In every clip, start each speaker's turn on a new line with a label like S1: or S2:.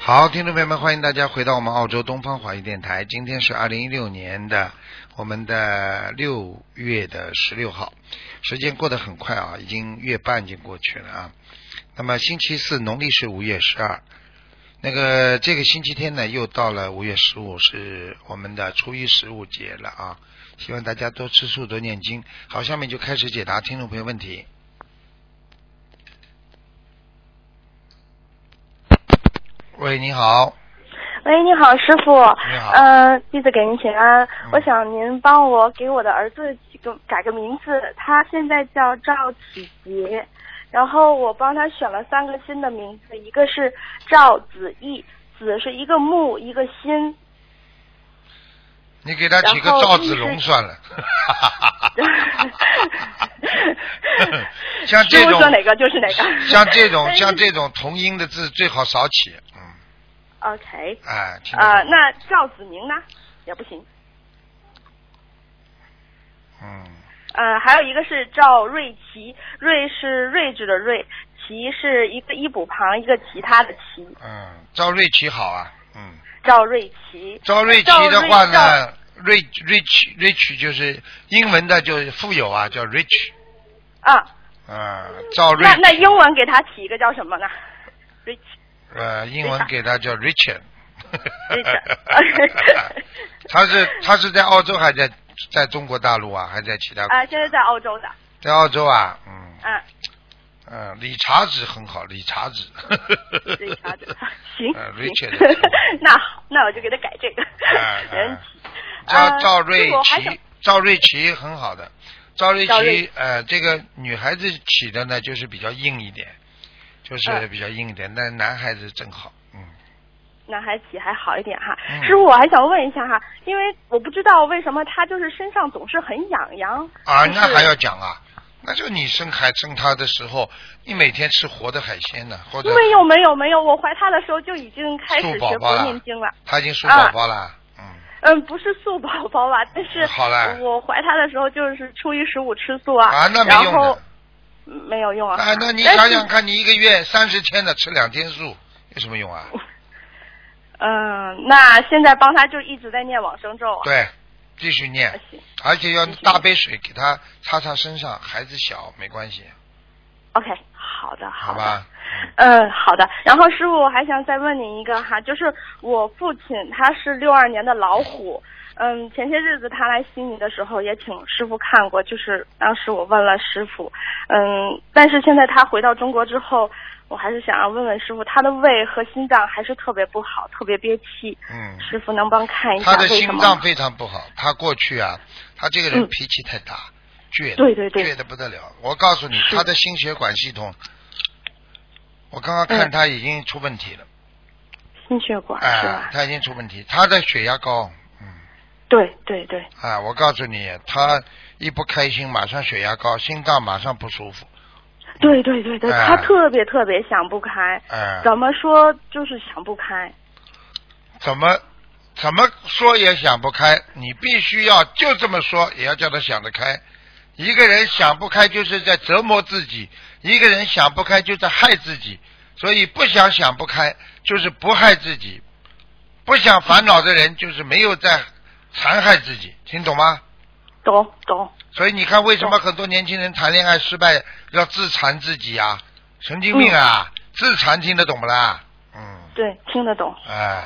S1: 好，听众朋友们，欢迎大家回到我们澳洲东方华语电台。今天是二零一六年的我们的六月的十六号，时间过得很快啊，已经月半已经过去了啊。那么星期四农历是五月十二，那个这个星期天呢，又到了五月十五，是我们的初一十五节了啊。希望大家多吃素，多念经。好，下面就开始解答听众朋友问题。喂，你好，
S2: 喂，你好，师傅。
S1: 你好
S2: 呃，弟子给您请安。我想您帮我给我的儿子起个改个名字，他现在叫赵启杰。然后我帮他选了三个新的名字，一个是赵子义，子是一个木一个心，
S1: 你给他起个
S2: 然后
S1: 赵子
S2: 就是
S1: 龙算 了。像这
S2: 师
S1: 种
S2: 傅说哪个就是哪个。
S1: 像这种
S2: 但是
S1: 像这种同音的字最好少起，嗯，
S2: OK，
S1: 哎，听得懂
S2: 呃，那赵子明呢也不行。
S1: 嗯，
S2: 呃，还有一个是赵瑞奇，瑞是睿智的睿，奇是一个一补旁一个其他的奇，
S1: 嗯，赵瑞奇好啊，嗯，
S2: 赵瑞奇。
S1: 赵瑞奇的话呢，瑞瑞奇瑞奇就是英文的就是富有啊，叫 rich，
S2: 啊，
S1: 啊、赵瑞
S2: 那那英文给他起一个叫什么呢？Rich，
S1: 呃，英文给他叫 Richard，
S2: Richard
S1: 他是他是在澳洲还在在中国大陆啊，还在其他
S2: 啊、现在在澳洲的，
S1: 在澳洲啊，嗯
S2: 嗯、
S1: 嗯，理查子很好，理查子，
S2: 瑞查 德，行
S1: 呃
S2: 行
S1: Richard
S2: 那好，那我就给他改这个，
S1: 哎
S2: 没问题。
S1: 赵
S2: 啊
S1: 赵瑞
S2: 师傅我还想
S1: 琪，赵瑞琪很好的，赵瑞
S2: 赵
S1: 琪
S2: 瑞
S1: 呃，这个女孩子起的呢，就是比较硬一点，就是
S2: 嗯
S1: 比较硬一点，但男孩子正好，嗯，
S2: 男孩起还好一点哈
S1: 嗯，
S2: 师傅，我还想问一下哈，因为我不知道为什么他就是身上总是很痒痒，
S1: 啊，
S2: 就是
S1: 那还要讲啊，那就你生孩生他的时候，你每天吃活的海鲜呢，或者
S2: 没有没有没有，我怀他的时候就已经开始
S1: 素宝
S2: 学
S1: 宝
S2: 佛
S1: 啦
S2: 念经了。
S1: 他已经生
S2: 啊
S1: 宝宝了，嗯，
S2: 嗯，不是素宝宝吧，但是
S1: 好了
S2: 我怀他的时候就是初一十五吃素啊，
S1: 啊，那没
S2: 然
S1: 用
S2: 后
S1: 的，
S2: 没有用啊。
S1: 啊，那你
S2: 但
S1: 想
S2: 是
S1: 想看，你一个月三十天的吃两天素，有什么用啊？
S2: 嗯，那现在帮他就一直在念往生咒啊。
S1: 对，继续念。
S2: 行
S1: 而且要
S2: 哎继续
S1: 大杯水给他擦擦身上，孩子小没关系，
S2: ，OK，好的，
S1: 好
S2: 好的。
S1: 吧？
S2: 嗯，好的。然后师傅，我还想再问您一个哈，就是我父亲他是六二年的老虎，嗯，前些日子他来悉尼的时候也请师傅看过，就是当时我问了师傅，嗯，但是现在他回到中国之后，我还是想要问问师傅，他的胃和心脏还是特别不好，特别憋气，
S1: 嗯，
S2: 师傅能帮看一下
S1: 他的
S2: 为
S1: 心
S2: 什么
S1: 脏
S2: 吗？
S1: 非常不好，他过去啊，他这个人
S2: 嗯
S1: 脾气太大，倔，
S2: 对对对
S1: 倔的不得了。我告诉你，
S2: 是
S1: 他的心血管系统，我刚刚看
S2: 嗯
S1: 他已经出问题了，
S2: 心血管
S1: 哎、
S2: 是吧？
S1: 他已经出问题，他的血压高，嗯，
S2: 对对对，
S1: 啊，我告诉你，他一不开心，马上血压高，心脏马上不舒服，
S2: 对对对对，
S1: 哎
S2: 他特别特别想不开，
S1: 哎、
S2: 怎么说就是想不开。
S1: 怎么怎么说也想不开，你必须要就这么说，也要叫他想得开。一个人想不开，就是在折磨自己；一个人想不开，就在害自己。所以不想想不开，就是不害自己；不想烦恼的人，就是没有在残害自己。听懂吗？
S2: 懂懂，
S1: 所以你看，为什么很多年轻人谈恋爱失败要自残自己啊？神经病啊！自残听得懂不啦？嗯，
S2: 对，听得懂，
S1: 哎，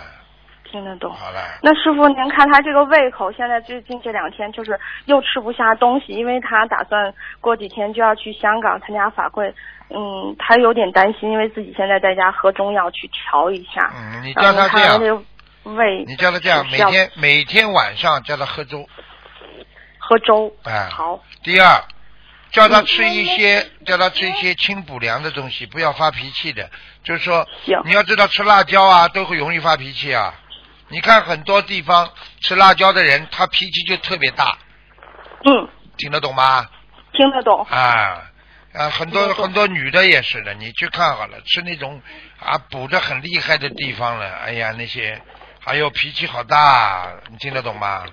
S2: 听得懂。
S1: 好了。
S2: 那师傅，您看他这个胃口，现在最近这两天就是又吃不下东西，因为他打算过几天就要去香港参加法会，嗯，他有点担心，因为自己现在在家喝中药去调一下。
S1: 嗯，你
S2: 你
S1: 叫他这样，
S2: 胃
S1: 你叫他这样，
S2: 需
S1: 每
S2: 要
S1: 天每天晚上叫他喝粥，
S2: 喝粥，
S1: 哎。
S2: 好，
S1: 第二，叫他吃一些，叫他吃一些清补凉的东西，不要发脾气的。就是说，
S2: 行
S1: 你要知道吃辣椒啊，都会容易发脾气啊。你看很多地方吃辣椒的人，他脾气就特别大，
S2: 嗯，
S1: 听得懂吗？
S2: 听得懂，
S1: 啊。啊，很多
S2: 听得懂
S1: 很多女的也是的，你去看好了，吃那种啊补的很厉害的地方了，哎呀那些，还有脾气好大，你听得懂吗？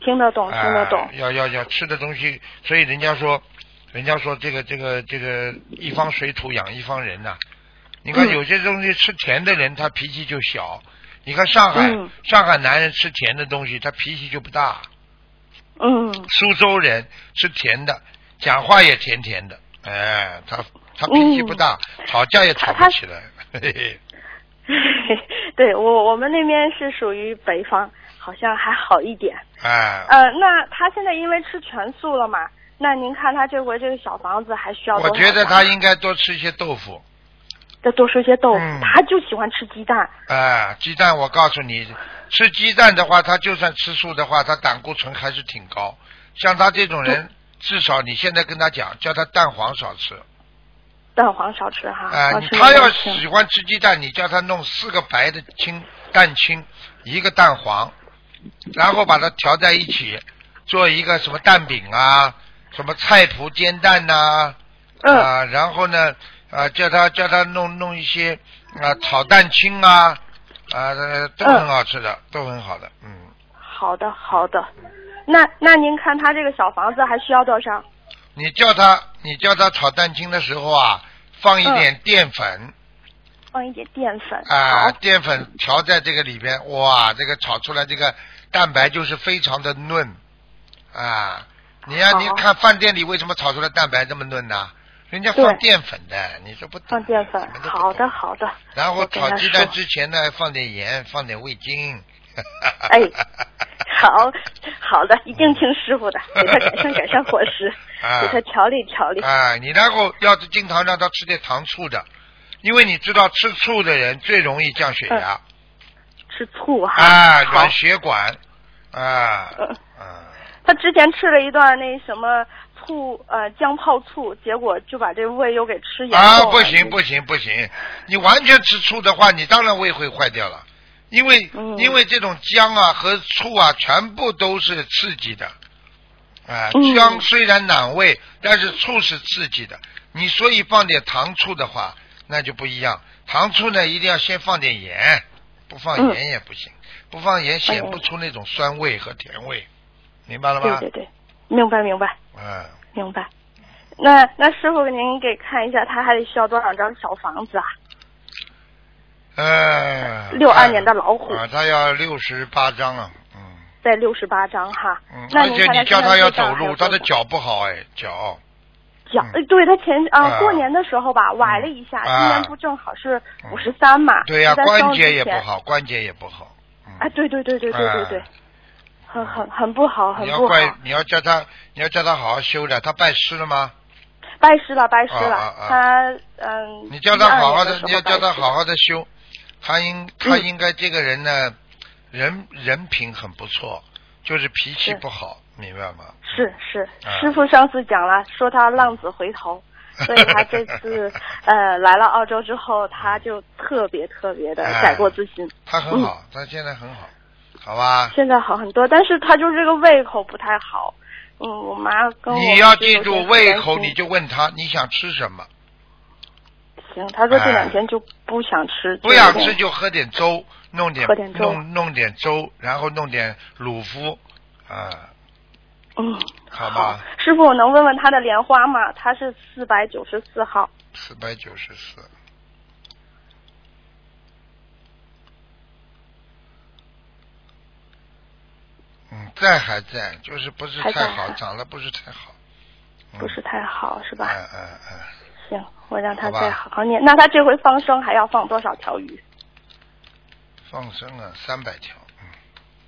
S2: 听得哦懂，听
S1: 啊，
S2: 得懂，
S1: 要要要吃的东西，所以人家说，人家说这个这个这个一方水土养一方人呐、你
S2: 嗯
S1: 看有些东西吃甜的人，他脾气就小。你看上海，
S2: 嗯
S1: 上海男人吃甜的东西，他脾气就不大。
S2: 嗯，
S1: 苏州人吃甜的，讲话也甜甜的，哎，他他脾气不大，吵架也吵不
S2: 嗯他
S1: 起来。嘿嘿，
S2: 对我我们那边是属于北方，好像还好一点。
S1: 哎，
S2: 呃，那他现在因为吃全素了嘛，那您看他这回这个小房子还需要多
S1: 我
S2: 少
S1: 觉得
S2: 张
S1: 他应该多吃一些豆腐。
S2: 再多说些豆腐，
S1: 嗯
S2: 他就喜欢吃鸡蛋。
S1: 啊，鸡蛋，我告诉你，吃鸡蛋的话，他就算吃素的话，他胆固醇还是挺高。像他这种人，至少你现在跟他讲，叫他蛋黄少吃。
S2: 蛋黄少吃哈，
S1: 啊、
S2: 少
S1: 你
S2: 吃
S1: 他
S2: 点
S1: 要
S2: 青
S1: 喜欢吃鸡蛋，你叫他弄四个白的青蛋清，一个蛋黄，然后把它调在一起，做一个什么蛋饼啊，什么菜脯煎蛋呐、啊，
S2: 嗯
S1: 然后呢，啊，叫他叫他弄弄一些啊、炒蛋清啊，啊、呃都
S2: 嗯
S1: 很好吃的，都很好的，嗯，
S2: 好的好的，那那您看他这个小房子还需要多少？
S1: 你叫他你叫他炒蛋清的时候啊，放一
S2: 嗯
S1: 点淀粉。
S2: 放一点淀粉。
S1: 啊、
S2: 好，
S1: 淀粉调在这个里边，哇，这个炒出来这个蛋白就是非常的嫩啊！你呀、
S2: 好
S1: 你看饭店里为什么炒出来蛋白这么嫩呢、人家
S2: 对
S1: 放淀粉的，你说不懂
S2: 放淀粉
S1: 什么。都不懂
S2: 好的好的，
S1: 然后
S2: 我跟他
S1: 炒鸡蛋
S2: 说
S1: 之前呢，放点盐，放点味精。
S2: 哎好好的，一定听师傅的，给他改善改善伙食，
S1: 啊
S2: 给他调理调理。
S1: 啊，你然后要是经常让他吃点糖醋的，因为你知道吃醋的人最容易降血压、
S2: 吃醋哈。
S1: 啊，
S2: 呃好
S1: 软。血管啊，
S2: 嗯
S1: 啊。
S2: 他之前吃了一段那什么醋呃姜泡醋，结果就把这胃又给吃严
S1: 啊，
S2: 重了
S1: 不行不行不行，你完全吃醋的话，你当然胃会坏掉了，因为、
S2: 嗯
S1: 因为这种姜啊和醋啊，全部都是刺激的。啊，
S2: 嗯
S1: 姜虽然暖胃，但是醋是刺激的。你所以放点糖醋的话，那就不一样。糖醋呢，一定要先放点盐，不放
S2: 嗯
S1: 盐也不行，不放盐显
S2: 嗯
S1: 不出那种酸味和甜味，明白了
S2: 对
S1: 吗？
S2: 对对，明白明白。
S1: 嗯，
S2: 明白。那那师傅，您给看一下，他还得需要多少张小房子啊？
S1: 呃，
S2: 62年的老虎
S1: 啊，他要六十八张啊，嗯。
S2: 在六十八张哈。
S1: 嗯，
S2: 那
S1: 而
S2: 您
S1: 且
S2: 看
S1: 你
S2: 他
S1: 叫
S2: 现
S1: 他
S2: 在
S1: 要
S2: 身
S1: 走
S2: 上还
S1: 路，
S2: 有
S1: 他的
S2: 多少
S1: 脚不好哎，脚
S2: 脚
S1: 嗯，
S2: 呃对他前
S1: 啊
S2: 啊过年的时候吧，崴了一下，
S1: 啊嗯
S2: 今年不正好是五十三嘛？
S1: 对呀、
S2: 就在
S1: 关
S2: 生日
S1: 节也
S2: 之
S1: 不
S2: 前。
S1: 好，关节也不好。嗯、
S2: 啊，对对对对对对对
S1: 啊，
S2: 很很很不好，哦很
S1: 你要
S2: 不好。
S1: 怪，你要叫他，你要叫他好好修的。他拜师了吗？
S2: 拜师了，拜师
S1: 啊啊啊
S2: 了，他嗯。
S1: 你叫他好好
S2: 12年
S1: 的，
S2: 时候
S1: 你要叫他
S2: 拜师
S1: 好好的修。他应他
S2: 嗯
S1: 应该这个人呢，人人品很不错，就是脾气
S2: 是
S1: 不好，明白吗？
S2: 是是
S1: 啊，
S2: 师傅上次讲了，说他浪子 回头，所以他这次呃来了澳洲之后，他就特别特别的
S1: 哎
S2: 改过自新，
S1: 他很好，
S2: 嗯
S1: 他现在很好，好吧？
S2: 现在好很多，但是他就是这个胃口不太好。嗯，我妈跟我
S1: 你要记住，胃口你
S2: 就
S1: 就问他你想吃什么。
S2: 行。她说这
S1: 哎
S2: 两天就不想吃，
S1: 不想
S2: 有
S1: 吃
S2: 点
S1: 就喝点粥，弄点
S2: 喝点粥
S1: 弄弄点粥，然后弄点乳肤，啊，
S2: 嗯，
S1: 好
S2: 好
S1: 吧，。
S2: 师傅，我能问问他的莲花吗？他是四百九十四号，
S1: 四百九十四，嗯，在还在，就是不是
S2: 还
S1: 太
S2: 在
S1: 好，
S2: 啊
S1: 长得不是太好，嗯
S2: 不是太好是吧？
S1: 嗯嗯嗯，
S2: 行，我让他
S1: 好吧
S2: 再好好念。那他这回放生还要放多少条鱼？
S1: 放生啊，三百条，嗯，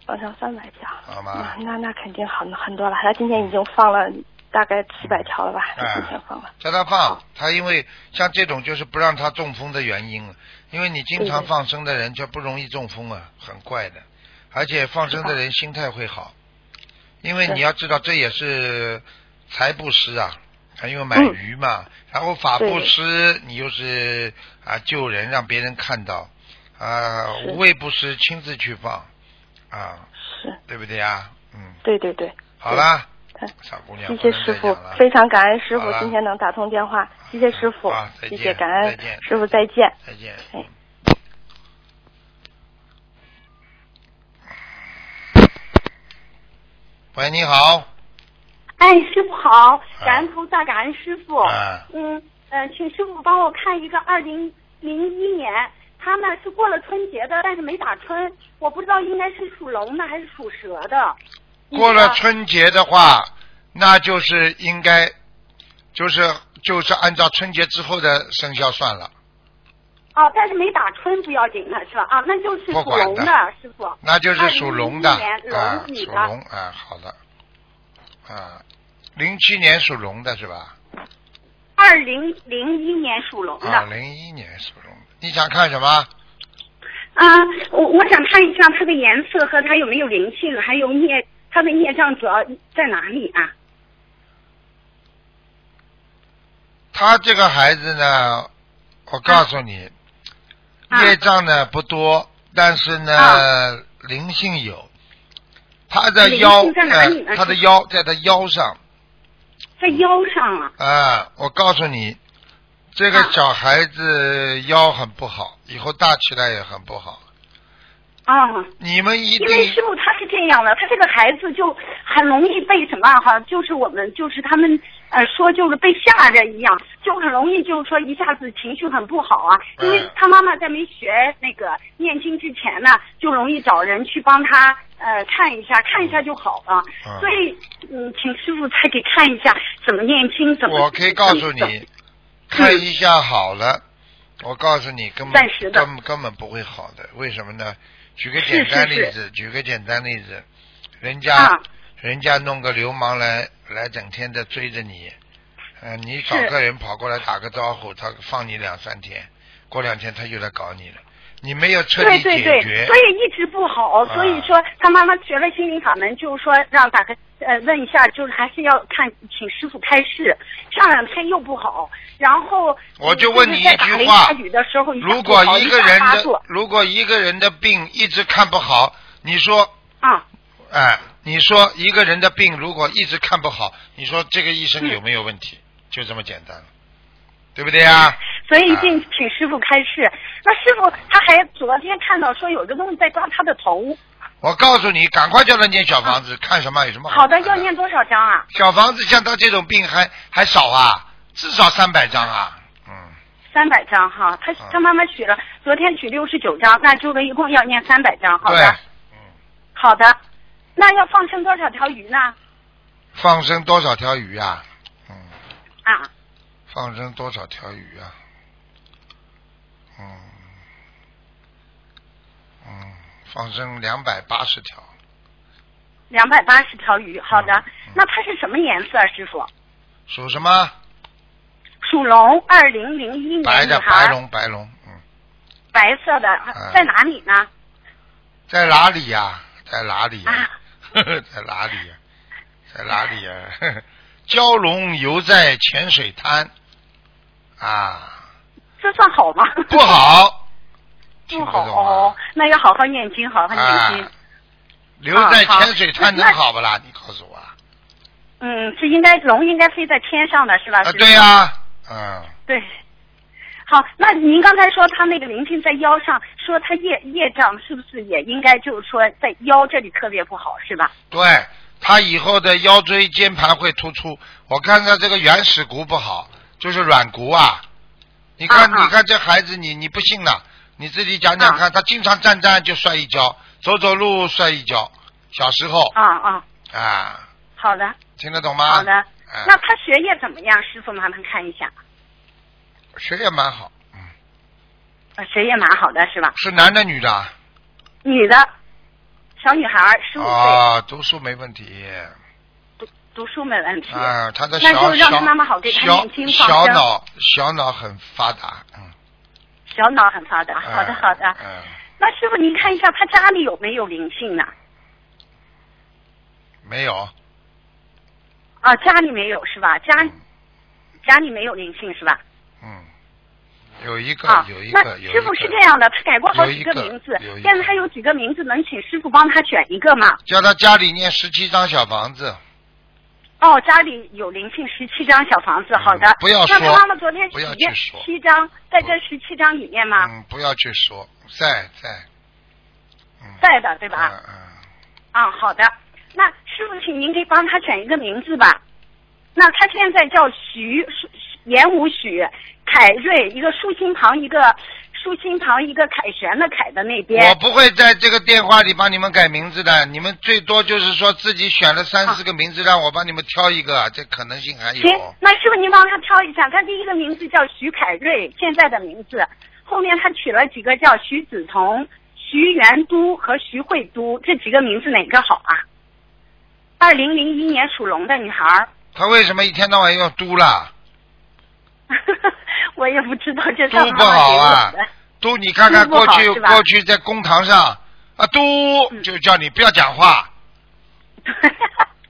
S2: 放上三百条，
S1: 好吗
S2: 啊那那肯定很很多了。他今天已经放了大概七百条了吧？
S1: 哎
S2: 今天放了。
S1: 叫他放，他因为像这种就是不让他中风的原因了，啊因为你经常
S2: 对对
S1: 放生的人就不容易中风啊，很怪的，而且放生的人心态会好，因为
S2: 是
S1: 你要知道这也是财布施啊，他因为买
S2: 嗯
S1: 鱼嘛，然后法布
S2: 对
S1: 施你又是啊救人让别人看到啊，
S2: 是
S1: 无畏布施亲自去放啊，
S2: 是，
S1: 对不对啊？嗯，
S2: 对对对，
S1: 好啦
S2: 对，
S1: 傻姑娘，
S2: 谢
S1: 不
S2: 谢
S1: 能
S2: 师
S1: 再
S2: 傅
S1: 讲了，
S2: 非常感恩师
S1: 好
S2: 傅
S1: 了
S2: 今天能打通电话，谢谢师傅
S1: 啊再，
S2: 谢
S1: 见
S2: 谢感
S1: 再
S2: 恩
S1: 见
S2: 师傅，再见。
S1: 再见。
S2: 哎
S1: 喂，你好。
S3: 哎，师傅好，感恩菩萨，感恩师傅。
S1: 啊
S3: 嗯呃，请师傅帮我看一个二零零一年，他呢是过了春节的，但是没打春，我不知道应该是属龙的还是属蛇的。
S1: 过了
S3: 你知道
S1: 春节的话，那就是应该，就是就是按照春节之后的生肖算了，
S3: 哦，但是没打春不要紧的是吧？啊，那就是
S1: 不
S3: 属
S1: 管
S3: 龙
S1: 的
S3: 的师傅。
S1: 那就是属龙的
S3: 2001年
S1: 啊，
S3: 龙女
S1: 属
S3: 的
S1: 龙啊，好的，啊，零七年属龙的是吧？
S3: 二零零一年属龙的。
S1: 啊，零一年属龙的，你想看什么？
S3: 啊，我我想看一下它的颜色和它有没有灵性，还有孽，它的孽障主要在哪里啊？
S1: 他这个孩子呢，我告诉你，
S3: 啊
S1: 业障呢不多，但是呢、
S3: 啊
S1: 灵性有，他的
S3: 灵
S1: 腰
S3: 性在哪里呢
S1: 呃，他的
S3: 是
S1: 腰在他腰上。
S3: 在腰上啊。
S1: 啊，我告诉你，这
S3: 啊
S1: 个小孩子腰很不好，以后大起来也很不好。
S3: 啊，
S1: 你们一
S3: 因为
S1: 定
S3: 师傅他是这样的，他这个孩子就很容易被什么哈、就是我们就是他们呃说就是被吓着一样，就很容易就是说一下子情绪很不好啊。因为
S1: 嗯
S3: 他妈妈在没学那个念经之前呢，就容易找人去帮他呃看一下，看一下就好了。
S1: 嗯
S3: 所以嗯，请师傅再给看一下怎么念经，怎么
S1: 我可以告诉
S3: 怎么
S1: 你，看一下好了。我告诉你，根本
S3: 嗯暂时的
S1: 根本根本不会好的，为什么呢？举个
S3: 是
S1: 简单
S3: 是
S1: 例
S3: 是
S1: 子，举个简单例子，人家、
S3: 啊
S1: 人家弄个流氓来来整天的追着你，嗯、你找
S3: 是
S1: 个人跑过来打个招呼，他放你两三天，过两天他又来搞你了，你没有彻
S3: 对
S1: 底
S3: 对
S1: 解
S3: 对
S1: 决，，啊
S3: 所以一直不好，所以说他妈妈学了心灵法门，就是说让打开呃问一下，就是还是要看请师傅开示。上两天又不好，然后
S1: 我就问你
S3: 就是在打
S1: 句
S3: 雷
S1: 话
S3: 下雨的时候，一下
S1: 如
S3: 不好
S1: 果一个人
S3: 下发
S1: 的
S3: 作
S1: 如果一个人的病一直看不好，你说，
S3: 啊，
S1: 哎、你说一个人的病如果一直看不好，你说这个医生
S3: 嗯
S1: 有没有问题？就这么简单了，对不对呀？
S3: 所以一
S1: 啊
S3: 定请师傅开示。那师傅他还昨天看到说有一个东西在抓他的头，
S1: 我告诉你，赶快叫他念小房子，看什么有什么
S3: 嗯好的
S1: 看
S3: 要念多少章啊？
S1: 小房子，像他这种病还还少啊，至少三百张啊，嗯，
S3: 三百张哈，他
S1: 啊
S3: 他妈妈许了，昨天许六十九张，那就是一共要念三百张，好
S1: 对
S3: 的。，
S1: 嗯，
S3: 好的，那要放生多少条鱼呢？
S1: 放生多少条鱼啊？嗯，
S3: 啊，
S1: 放生多少条鱼啊？嗯，嗯，放生两百八十条，
S3: 两百八十条鱼。好的
S1: 嗯嗯，
S3: 那它是什么颜色啊，师傅？
S1: 属什么？
S3: 属龙，二零零一年
S1: 白
S3: 女
S1: 的
S3: 孩，
S1: 白龙，白龙，嗯，
S3: 白色的
S1: 嗯，
S3: 在哪里呢？
S1: 在哪里呀、在哪里呀、
S3: 啊，
S1: 在哪里呀、在哪里呀、蛟龙游在浅水滩，啊，
S3: 这算好吗？
S1: 不 好，听
S3: 不
S1: 不
S3: 好
S1: 懂啊
S3: 哦，那要好好念经，好好念经
S1: 啊。，留在浅水滩能好不啦？你告诉我啊，
S3: 嗯，这应该龙应该飞在天上的是吧？
S1: 啊
S3: 师傅
S1: 对呀，嗯，
S3: 对。好，那您刚才说他那个灵性在腰上，说他业业障是不是也应该就是说在腰这里特别不好是吧？
S1: 对他以后的腰椎间盘会突出，我看他这个原始骨不好，就是软骨啊。你看，
S3: 啊啊
S1: 你看这孩子，你你不信了？你自己讲讲看，他经常站站就摔一跤，走走路摔一跤，小时候
S3: 啊啊，
S1: 啊，
S3: 好的。
S1: 听得懂吗？
S3: 好的，
S1: 啊
S3: 那他学业怎么样？师傅麻烦看一下，
S1: 学也蛮好，嗯，
S3: 呃学业蛮好的是吧？
S1: 是男的女的啊？
S3: 女的，小女孩儿，十五岁，
S1: 啊，读书没问题。
S3: 读书没问题。
S1: 啊，他的
S3: 那
S1: 小
S3: 就让
S1: 小
S3: 他妈妈好给他
S1: 小
S3: 念经放
S1: 小
S3: 生
S1: 脑小脑很发达，嗯，
S3: 小脑很发达，啊好的
S1: 嗯
S3: 好的。
S1: 嗯，
S3: 那师傅您看一下他家里有没有灵性呢？
S1: 没有，
S3: 啊，家里没有是吧？家家里没有灵性是吧？
S1: 嗯，有一个
S3: 啊
S1: 有一，
S3: 那
S1: 个有一
S3: 师傅
S1: 个
S3: 是这样的，他改过好几
S1: 有一个
S3: 名字
S1: 有一，个
S3: 现在他有几个名字，能请师傅帮他选一个吗？
S1: 叫他家里念十七张小房子，
S3: 啊哦，家里有灵性十七张小房子，好的
S1: 嗯。不要说
S3: 那他妈妈昨天
S1: 不要
S3: 许
S1: 去
S3: 愿
S1: 说
S3: 七张，在这十七张里面吗？
S1: 嗯，不要去说，在在，嗯，
S3: 在的，对吧？
S1: 嗯嗯，
S3: 啊、好的。那师傅，请您给帮他选一个名字吧。那他现在叫徐舒言无许凯瑞，一个竖心旁，一个竖心旁，一个凯旋的凯的那边。
S1: 我不会在这个电话里帮你们改名字的，你们最多就是说自己选了三四个名字，让我帮你们挑一个，啊这可能性还有。
S3: 啊行，那师傅您帮他挑一下，他第一个名字叫徐凯瑞，现在的名字，后面他取了几个叫徐梓潼、徐元都和徐慧都，这几个名字哪个好啊？二零零一年属龙的女孩儿，
S1: 他为什么一天到晚要嘟啦？
S3: 我也不知道这上
S1: 嘟
S3: 妈
S1: 不
S3: 妈
S1: 好
S3: 给
S1: 啊
S3: 我的。
S1: 嘟，你看看
S3: 嘟嗯不
S1: 过
S3: 好
S1: 去
S3: 是吧
S1: 过去在公堂上啊嘟，
S3: 嗯
S1: 就叫你不要讲话，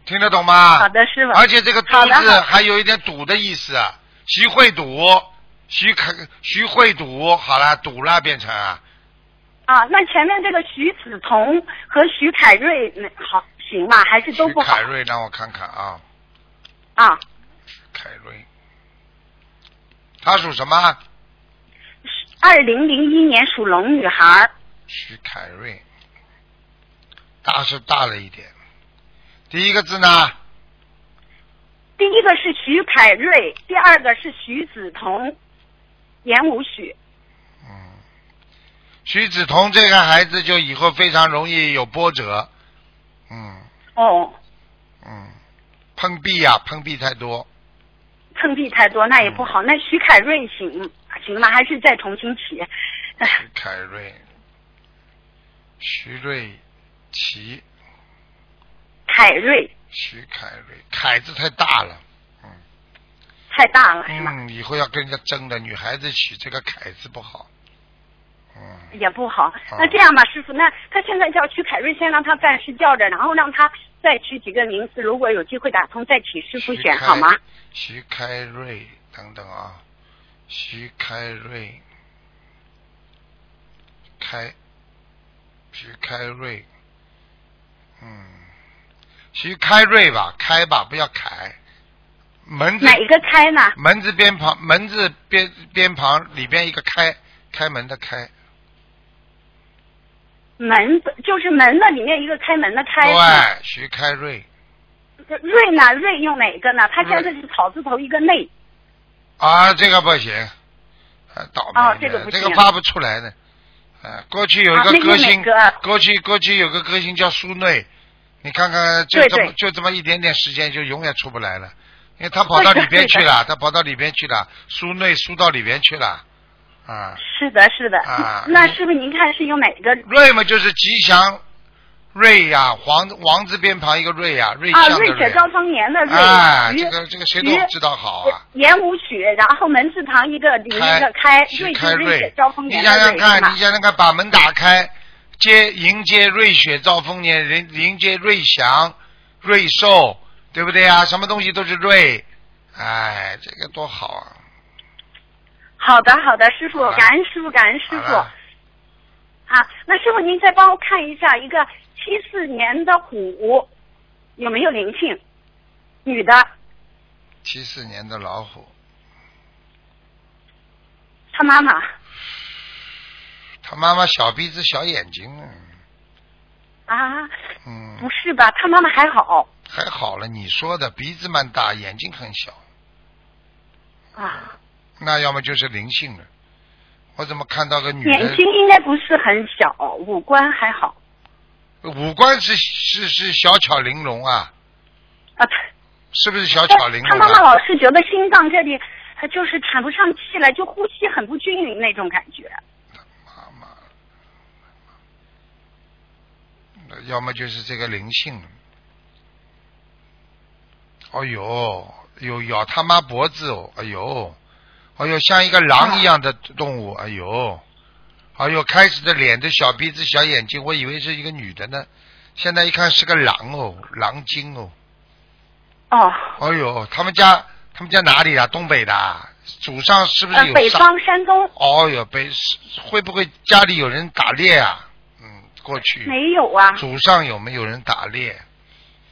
S1: 听得懂吗？
S3: 好的，师傅。
S1: 啊而且这个嘟
S3: 好的
S1: 字
S3: 好的
S1: 还有一点赌的意思，啊，徐会赌，徐开徐会赌，好啦，赌啦变成啊，
S3: 啊，那前面这个徐梓潼和徐凯瑞，嗯好行吧，还是
S1: 徐
S3: 都不好
S1: 凯瑞让我看看啊，
S3: 啊。
S1: 凯瑞，他属什么？啊
S3: 二零零一年属龙女孩儿，
S1: 徐凯瑞，大是大了一点，第一个字呢？
S3: 第一个是徐凯瑞，第二个是徐梓潼，言无许。
S1: 嗯，徐梓潼这个孩子就以后非常容易有波折，嗯
S3: 哦，
S1: 嗯，碰壁呀、碰壁太多，
S3: 碰壁太多，那也不
S1: 嗯
S3: 好。那徐凯瑞行行吧，还是再重新起。哎
S1: 徐凯瑞，徐瑞奇，
S3: 凯瑞
S1: 徐凯瑞，凯字太大了，嗯
S3: 太大了是吧？
S1: 嗯，以后要跟人家争的，女孩子取这个凯字不好，嗯，
S3: 也不好。那这样吧，师傅，那他现在叫徐凯瑞，先让他暂时叫着，然后让他再取几个名字，如果有机会打通，再请师傅
S1: 徐
S3: 选
S1: 开
S3: 好吗？？
S1: 徐开瑞等等啊，徐开瑞，开，徐开瑞，嗯，徐开瑞吧，开吧，不要凯，门字
S3: 哪一个开呢？
S1: 门字边旁，门字边边旁里边一个开，开门的开，
S3: 门字就是门的里面一个开门的开。
S1: 对，徐开瑞
S3: 瑞呢？瑞用哪个呢？他现在是草字头一个内。
S1: 啊，这个不行，啊，倒霉
S3: 哦
S1: 的
S3: 这个不
S1: 这个
S3: 行
S1: 发不出来的，啊，过去有一
S3: 啊
S1: 个
S3: 那
S1: 歌
S3: 是哪
S1: 星，
S3: 个
S1: 过去过去有个歌星叫苏芮，你看看就
S3: 对
S1: 这么
S3: 对
S1: 就这么一点点时间就永远出不来了，因为他跑到
S3: 对的
S1: 里边去
S3: 对的
S1: 了，他跑到里边去了，苏芮苏到里边去了，啊，
S3: 是的，是的。
S1: 啊
S3: 那师傅您看是用哪个？
S1: 瑞嘛就是吉祥瑞呀、王王字边旁一个瑞呀、瑞
S3: 啊，
S1: 象的
S3: 瑞
S1: 瑞
S3: 雪。高双年的瑞。
S1: 哎，
S3: 徐
S1: 这个这个谁都
S3: 徐
S1: 知道好啊。
S3: 言无许，然后门字旁一个里面一个开，
S1: 徐
S3: 瑞就
S1: 开
S3: 瑞雪
S1: 瑞
S3: 招风，
S1: 你
S3: 年
S1: 想
S3: 的
S1: 想
S3: 瑞
S1: 看
S3: 是，吧
S1: 你想想看，把门打开，接迎接瑞雪兆丰年，迎迎接瑞祥、瑞寿，对不对啊？什么东西都是瑞，哎，这个多好啊！
S3: 好的，好的，师傅
S1: 好了，
S3: 感恩师傅，感恩师
S1: 好
S3: 傅。
S1: 了
S3: 啊，那师傅您再帮我看一下一个七四年的虎有没有灵性？女的，
S1: 七四年的老虎，
S3: 她妈妈
S1: 他妈妈小鼻子小眼睛，
S3: 啊，
S1: 嗯，
S3: 不是吧？她妈妈还好
S1: 还好了，你说的鼻子蛮大，眼睛很小，
S3: 啊，
S1: 那要么就是灵性了。我怎么看到个女
S3: 年
S1: 的
S3: 轻应该不是很小，五官还好
S1: 五官是是是小巧玲珑啊？
S3: 啊。
S1: 是不是小
S3: 她
S1: 巧玲
S3: 她
S1: 珑
S3: 妈妈
S1: 啊？
S3: 老是觉得心脏这里呃就是喘不上气来，就呼吸很不均匀那种感觉。
S1: 妈妈，那要么就是这个灵性。哎呦，有咬他妈脖子哦！哎呦，哎呦，像一个狼一样的动物！哎呦，哎呦，开始的脸的小鼻子、小眼睛，我以为是一个女的呢，现在一看是个狼哦，狼精哦！
S3: 哦，
S1: 哎呦，他们家他们家哪里啊？东北的啊，祖上是不是
S3: 呃，
S1: 有
S3: 北
S1: 上
S3: 方山东
S1: 哦哟，被会不会家里有人打猎啊？嗯，过去
S3: 没有啊。
S1: 祖上有没有人打猎？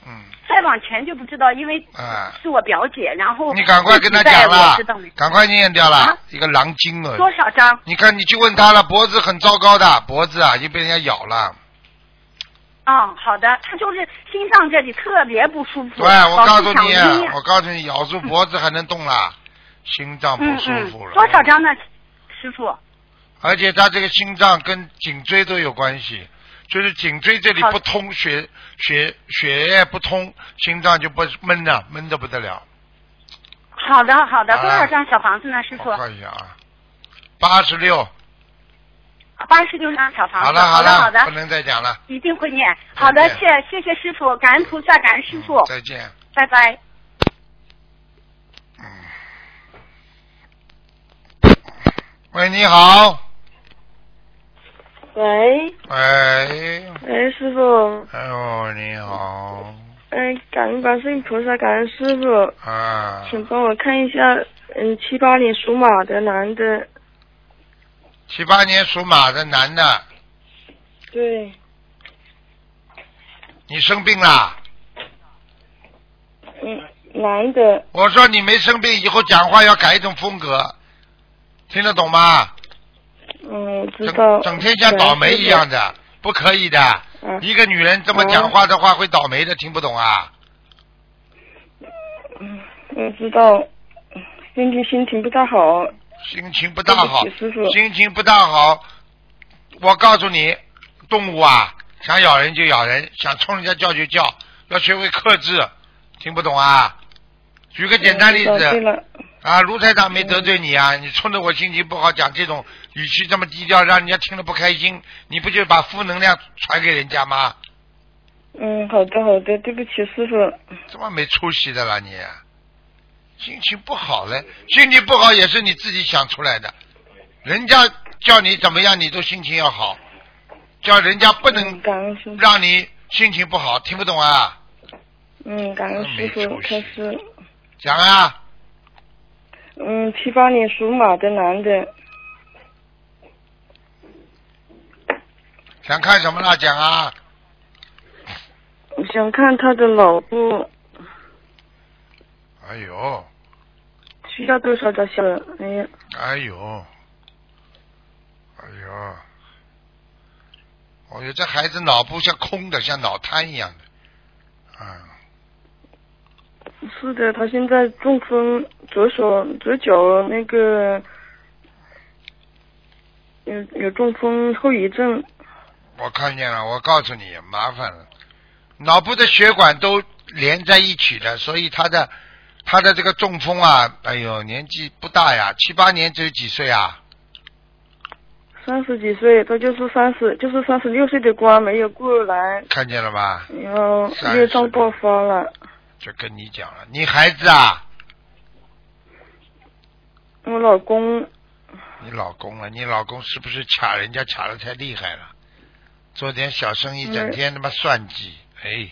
S1: 嗯
S3: 再往前就不知道，因为
S1: 啊，
S3: 是我表姐，然后
S1: 你赶快跟他
S3: 一直在
S1: 讲
S3: 我
S1: 啦
S3: 知道没，
S1: 赶快念掉啦
S3: 啊，
S1: 一个狼精啊！
S3: 多少张？
S1: 你看，你去问他了，脖子很糟糕的，脖子啊，已经被人家咬了。
S3: 嗯，好的，他就是心脏这里特别不舒服，
S1: 对，我告诉
S3: 老是
S1: 你啊
S3: 想捏，
S1: 我告诉你，咬住脖子还能动啦，心脏不
S3: 嗯
S1: 舒
S3: 嗯
S1: 服了。，
S3: 多少张呢，师傅？
S1: 而且他这个心脏跟颈椎都有关系，就是颈椎这里
S3: 好
S1: 不通血血血液不通，心脏就不闷了，闷的不得了。
S3: 好的，好的，
S1: 啊
S3: 多少张小房子呢，师傅
S1: 我？看一下啊，八十六，
S3: 八十六张小房子。
S1: 好了
S3: 好
S1: 了，
S3: 好的，
S1: 不能再讲了。
S3: 一定会念。好的，
S1: 再
S3: 谢谢谢师傅，感恩菩萨，感恩师傅
S1: 嗯，再见。
S3: 拜拜。
S1: 喂，你好。
S4: 喂，
S1: 喂，
S4: 喂，师傅，
S1: 哎呦，你好。
S4: 嗯，感恩观世音菩萨，感恩师傅，
S1: 啊，
S4: 请帮我看一下，嗯，七八年属马的男的，
S1: 七八年属马的男的，
S4: 对，
S1: 你生病啦？
S4: 嗯，男的，
S1: 我说你没生病，以后讲话要改一种风格，听得懂吗？
S4: 嗯，我知
S1: 整
S4: 道，
S1: 整天像倒霉一样的，不可以的。
S4: 嗯
S1: 一个女人这么讲话的话会倒霉的，听不懂啊？
S4: 嗯，我知道，最近心情不大好，
S1: 心情不大好
S4: 对不起师，傅
S1: 心情不大好。我告诉你，动物啊，想咬人就咬人，想冲人家叫就叫，要学会克制，听不懂啊？举个简单例
S4: 嗯我知道对
S1: 子
S4: 了，
S1: 啊，卢台长没得罪你啊，你冲着我心情不好讲这种语气这么低调，让人家听了不开心，你不就把负能量传给人家吗？
S4: 嗯，好的好的，对不起师傅，
S1: 这么没出息的啦你！心情不好嘞，心情不好也是你自己想出来的。人家叫你怎么样，你都心情要好，叫人家不
S4: 嗯，
S1: 能
S4: 感恩师傅，
S1: 让你心情不好，听不懂啊？
S4: 嗯，感恩师
S1: 没出
S4: 傅，
S1: 息
S4: 开始，
S1: 讲啊，
S4: 嗯，七八年属马的男的，
S1: 想看什么啦？讲啊，
S4: 我想看他的脑部。
S1: 哎呦，
S4: 需要多少张小？哎呀，
S1: 哎呦，哎呦，我觉得这孩子脑部像空的，像脑瘫一样的，啊、
S4: 是的，他现在中风，左手左脚那个有有中风后遗症。
S1: 我看见了，我告诉你，麻烦了，脑部的血管都连在一起的，所以他的他的这个中风啊，哎呦，年纪不大呀，七八年只有几岁啊，
S4: 三十几岁，他就是三十，就是三十六岁的关没有过来，
S1: 看见了吧？
S4: 然后
S1: 30
S4: 业障爆发了。
S1: 就跟你讲了，你孩子啊，
S4: 我老公，
S1: 你老公了，你老公是不是卡人家卡的太厉害了？做点小生意，
S4: 嗯
S1: 整天他妈算计，哎，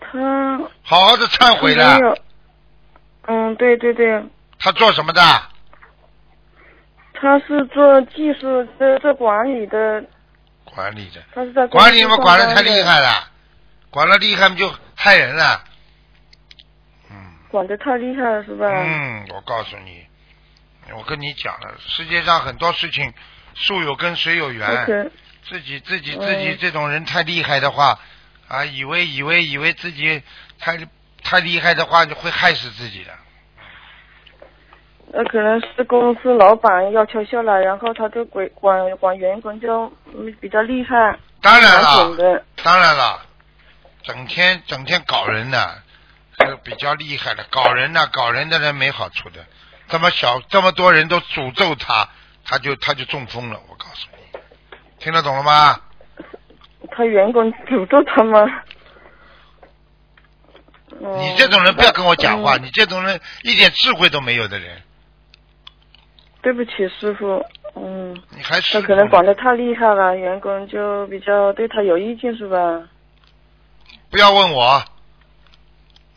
S4: 他
S1: 好好的忏悔
S4: 没
S1: 了。
S4: 有。嗯，对对对，
S1: 他做什么的？
S4: 他是做技术的，做管理的，
S1: 管理的，
S4: 他是在公司
S1: 管理嘛，管的
S4: 上
S1: 太
S4: 班
S1: 厉害了，管的厉害嘛就害人了。嗯。
S4: 管得太厉害了是吧？
S1: 嗯，我告诉你，我跟你讲了，世界上很多事情，树有根，水有
S4: 不可
S1: 源。自己自己自己
S4: 嗯
S1: 这种人太厉害的话，啊，以为以为以为自己太太厉害的话，就会害死自己的。
S4: 那呃可能是公司老板要求下来，然后他就管管管员工就嗯比较厉害，
S1: 当然
S4: 蛮准
S1: 了，
S4: 的。
S1: 当然了，整天整天搞人呢、还有比较厉害的搞人呢、搞人的人没好处的。这么小这么多人都诅咒他，他就他就中风了。我告诉你，听得懂了吗？
S4: 他员工诅咒他吗？嗯
S1: 你这种人不要跟我讲话，
S4: 嗯
S1: 你这种人一点智慧都没有的人，
S4: 对不起，师傅，嗯，
S1: 你还是
S4: 他可能管得太厉害了，员工就比较对他有意见是吧？
S1: 不要问我，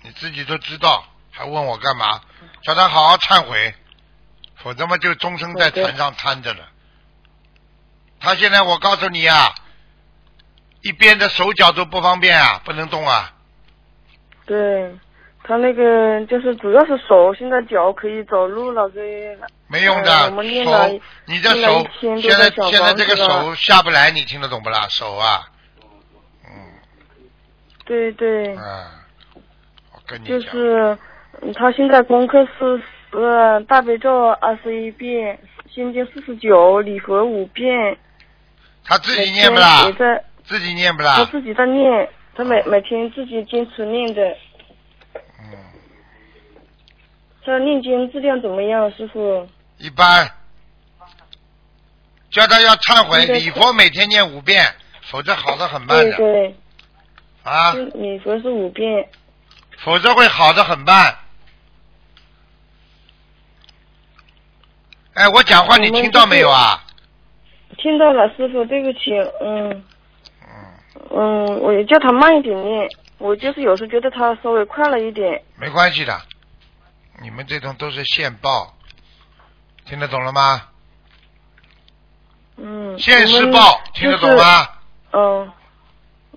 S1: 你自己都知道，还问我干嘛？叫他好好忏悔，否则嘛就终生在
S4: 好的
S1: 船上瘫着了。他现在我告诉你啊，一边的手脚都不方便啊，不能动啊，
S4: 对，他那个就是主要是手，现在脚可以走路了，可以。
S1: 没用的，
S4: 哎我们练了
S1: 手，你的
S4: 练了
S1: 手
S4: 一天都
S1: 现在
S4: 在小
S1: 现在这个
S4: 房子
S1: 手
S4: 了
S1: 下不来，你听得懂不啦？手啊，嗯
S4: 对对，
S1: 啊，我跟你
S4: 就
S1: 讲，
S4: 是嗯他现在功课是呃大悲咒二十一遍，心经四十九，礼佛五遍。
S1: 他自己
S4: 每
S1: 念不
S4: 天
S1: 啦啊
S4: 也？在
S1: 自己念不
S4: 他
S1: 啦？
S4: 自己在念，他每每天自己坚持念的。
S1: 嗯，
S4: 他念经质量怎么样，师傅？
S1: 一般。叫他要忏悔，
S4: 应该是
S1: 礼佛每天念五遍，否则好的很慢
S4: 对
S1: 的
S4: 对，
S1: 啊，
S4: 就礼佛是五遍，
S1: 否则会好的很慢。哎，我讲话你
S4: 我们
S1: 听到
S4: 就是
S1: 没有啊？
S4: 听到了，师傅，对不起，嗯
S1: 嗯，
S4: 嗯，我也叫他慢一点念，我就是有时觉得他稍微快了一点。
S1: 没关系的，你们这种都是现报，听得懂了吗？
S4: 嗯，
S1: 现世
S4: 我们
S1: 报，
S4: 就是
S1: 听得懂？吗？
S4: 嗯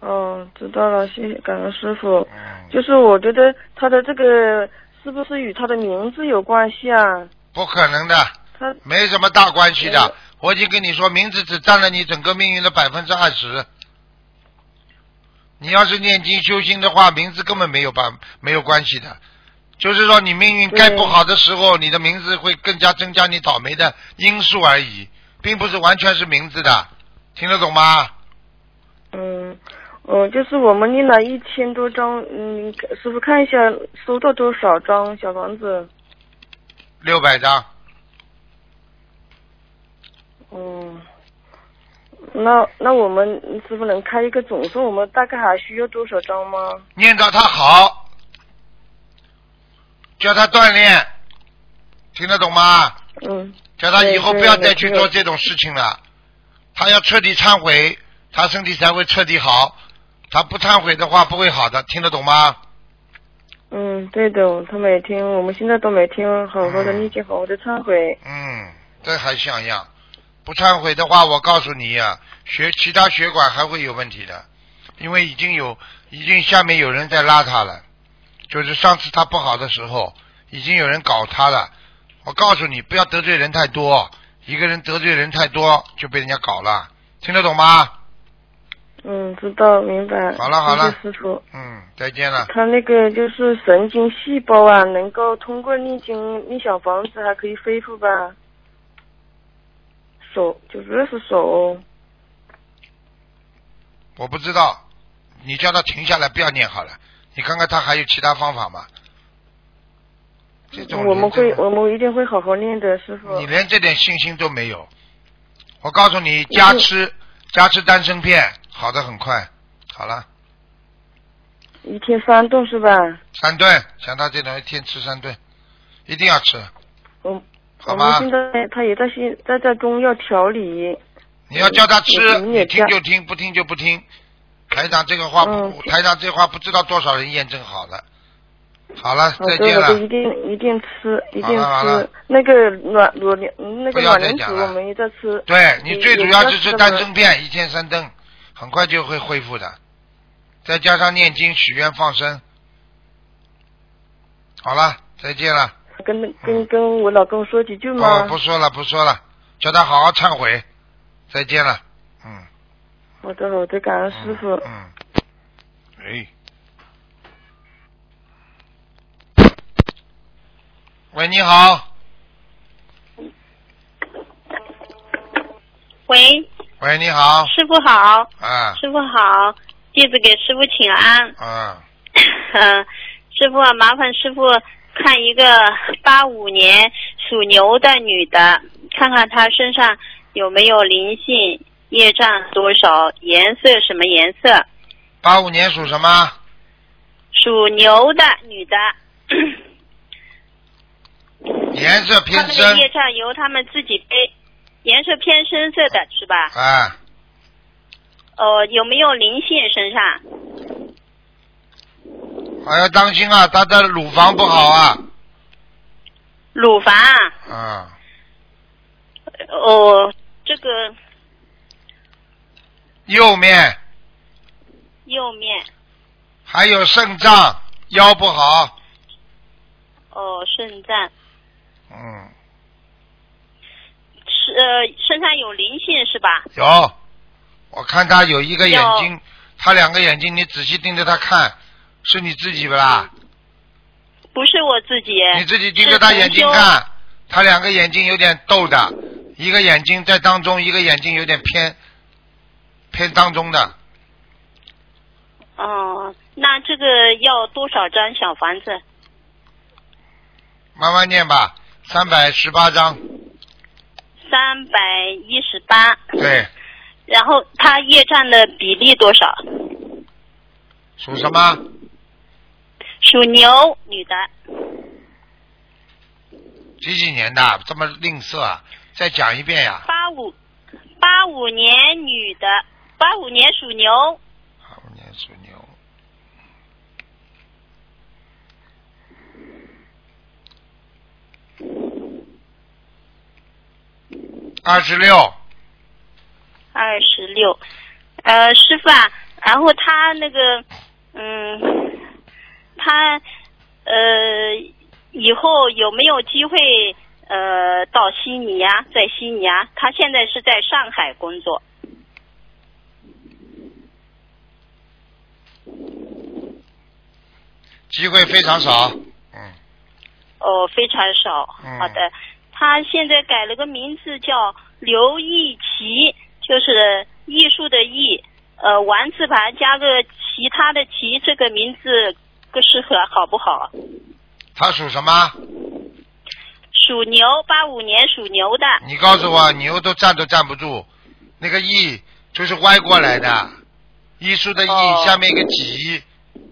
S4: 嗯，知道了，谢谢感恩师傅。
S1: 嗯，
S4: 就是我觉得他的这个是不是与他的名字有关系啊？
S1: 不可能的，
S4: 他
S1: 没什么大关系的
S4: 嗯。
S1: 我已经跟你说，名字只占了你整个命运的百分之二十。你要是念经修心的话，名字根本没有办没有关系的。就是说，你命运该
S4: 对
S1: 不好的时候，你的名字会更加增加你倒霉的因素而已，并不是完全是名字的，听得懂吗？
S4: 嗯，哦，就是我们念了一千多张，嗯，师傅看一下收到多少张小房子？
S1: 六百张。
S4: 嗯，那那我们师傅能开一个总数，我们大概还需要多少张吗？
S1: 念到他好，叫他锻炼，听得懂吗？
S4: 嗯，
S1: 叫他以后不要再去
S4: 对对
S1: 做
S4: 对
S1: 这种事情了，他要彻底忏悔，他身体才会彻底好。他不忏悔的话，不会好的，听得懂吗？
S4: 嗯，对的，他每天我们现在都每天好好的
S1: 嗯
S4: 念经，好好的忏悔。
S1: 嗯，这还像样。不忏悔的话，我告诉你呀、血其他血管还会有问题的，因为已经有已经下面有人在拉他了，就是上次他不好的时候，已经有人搞他了。我告诉你，不要得罪人太多，一个人得罪人太多就被人家搞了，听得懂吗？
S4: 嗯，知道明白。
S1: 好了好了
S4: 谢谢师傅。
S1: 嗯，再见了。
S4: 他那个就是神经细胞啊，能够通过念经念小房子还可以恢复吧。手就主要是手，
S1: 我不知道，你叫他停下来，不要念好了。你看看他还有其他方法吗？这种
S4: 嗯我们
S1: 人真
S4: 会
S1: 的
S4: 我们一定会好好念的，师傅。
S1: 你连这点信心都没有。我告诉你，加吃加吃丹参片，好的很快。好了，
S4: 一天三顿是吧？
S1: 三顿，像他这种一天吃三顿，一定要吃，
S4: 我
S1: 好
S4: 我们
S1: 吗
S4: 现？在他也在现在在中药调理。
S1: 你要叫他吃，
S4: 嗯你也
S1: 你听
S4: 加
S1: 就听，不听就不听。台长这个话不，
S4: 嗯
S1: 台长这话不知道多少人验证好了。好了，
S4: 好
S1: 再
S4: 的，
S1: 见
S4: 我
S1: 了
S4: 啊都。一定一定吃，一定
S1: 好了好了
S4: 吃。那个卵裸莲，嗯那
S1: 不
S4: 个
S1: 要
S4: 卵
S1: 再
S4: 磷脂
S1: 讲了
S4: 我们也在吃。
S1: 对你最主要就是丹
S4: 有
S1: 参片，一天三顿，很快就会恢复的。再加上念经、许愿、放生。好了，再见了。
S4: 跟跟跟我老公说几句
S1: 哦
S4: 吗，？
S1: 不说了，不说了，叫他好好忏悔。再见了，嗯。
S4: 好的，好的，感
S1: 嗯
S4: 恩师傅。
S1: 嗯。哎。喂，你好。
S5: 喂，
S1: 喂，你好。
S5: 师傅好，
S1: 啊
S5: 师傅好，弟子给师傅请安。
S1: 啊，
S5: 嗯，师傅，麻烦师傅看一个八五年属牛的女的，看看她身上有没有灵性，业障多少，颜色什么颜色？
S1: 八五年属什么？
S5: 属牛的女 的，
S1: 颜色
S5: 他
S1: 偏
S5: 们的
S1: 深
S5: 业。障由他们自己背，颜色偏深色的是吧？
S1: 啊，
S5: 哦，有没有灵性身上？
S1: 还要当心啊，他的乳房不好啊。
S5: 乳房啊、
S1: 啊，
S5: 哦，这个
S1: 右面
S5: 右面
S1: 还有肾脏、腰不好，
S5: 哦，肾脏
S1: 嗯，
S5: 是呃身上有灵性是吧？
S1: 有，我看他有一个眼
S5: 有
S1: 睛，他两个眼睛，你仔细盯着他看，是你自己不啦？
S5: 不是我自己。
S1: 你自己盯着他眼睛看，他两个眼睛有点斗的，一个眼睛在当中，一个眼睛有点偏偏当中的，
S5: 哦，那这个要多少张小房子？
S1: 慢慢念吧，三百十八章，
S5: 三百一十八。
S1: 对，
S5: 然后他业障的比例多少？
S1: 属什么？
S5: 属牛，女的，
S1: 几几年的？这么吝啬啊？再讲一遍呀、
S5: 八五八五年女的，八五年属牛，
S1: 八五年属牛。二十六，
S5: 二十六。呃，师傅啊，然后他那个，嗯，他呃，以后有没有机会呃到悉尼啊？在悉尼啊？他现在是在上海工作。
S1: 机会非常少。嗯，
S5: 哦，非常少。
S1: 嗯
S5: 好的，他现在改了个名字叫刘艺奇，就是艺术的艺，呃，王字旁加个其他的其，这个名字更适合好不好？
S1: 他属什么？
S5: 属牛，八五年属牛的。
S1: 你告诉我，牛都站都站不住，那个艺就是歪过来的，艺术的艺、
S5: 哦
S1: 下面一个己，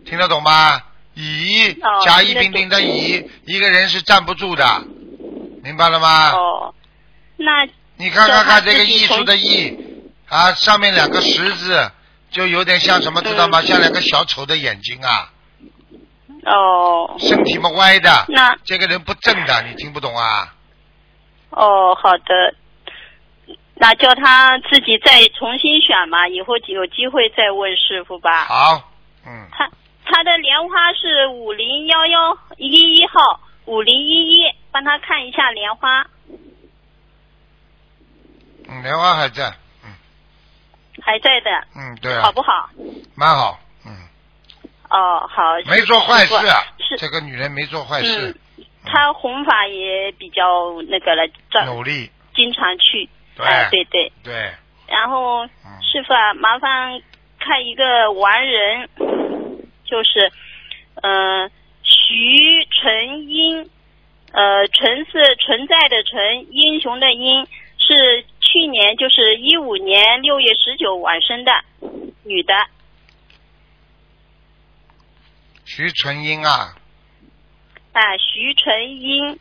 S1: 听得懂吗？乙
S5: 哦
S1: 甲乙
S5: 听得
S1: 丙丁的
S5: 懂
S1: 乙，一个人是站不住的，明白了吗？
S5: 哦，那
S1: 你看看看这
S5: 叫他
S1: 个
S5: 自己
S1: 艺术的艺啊，上面两个十字，就有点像什么，知道吗？
S5: 嗯
S1: 像两个小丑的眼睛啊，
S5: 哦
S1: 身体嘛歪的，
S5: 那
S1: 这个人不正的，你听不懂啊？
S5: 哦，好的。那叫他自己再重新选嘛，以后有机会再问师傅吧。
S1: 好，嗯，
S5: 他他的莲花是五零幺幺一一号，五零一一，帮他看一下莲花
S1: 嗯莲花还在，嗯
S5: 还在的，
S1: 嗯，对啊
S5: 好，不好？
S1: 蛮好，嗯，
S5: 哦，好，
S1: 没做坏事啊
S5: 是，嗯
S1: 这个女人没做坏事，
S5: 他弘法也比较那个了，这
S1: 努力，
S5: 经常去，
S1: 对
S5: 哎，对对。
S1: 对，
S5: 然后
S1: 嗯，
S5: 师傅啊，麻烦看一个完人，就是，呃，徐成英，呃，存是存在的存，英雄的英，是去年就是一五年六月十九晚生的，女的，
S1: 徐纯英啊，
S5: 啊，徐成英，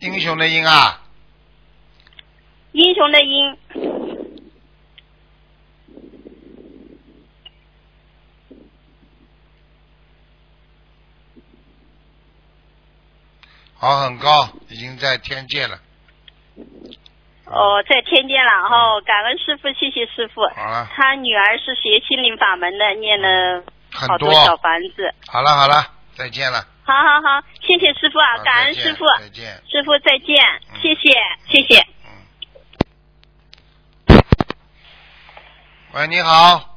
S1: 英雄的英啊，
S5: 嗯英雄的英，
S1: 好，很高，已经在天界了，
S5: 哦，在天津了，哦，感恩师傅，谢谢师傅。
S1: 好啊了，
S5: 他女儿是学心灵法门的，念了
S1: 很
S5: 好
S1: 多，
S5: 小房子。
S1: 好了好了，再见了，
S5: 好好好，谢谢师傅啊，
S1: 啊
S5: 感
S1: 再
S5: 恩
S1: 见
S5: 师傅，
S1: 再见。
S5: 师傅再见
S1: 嗯，
S5: 谢谢谢谢。
S1: 嗯喂，你好。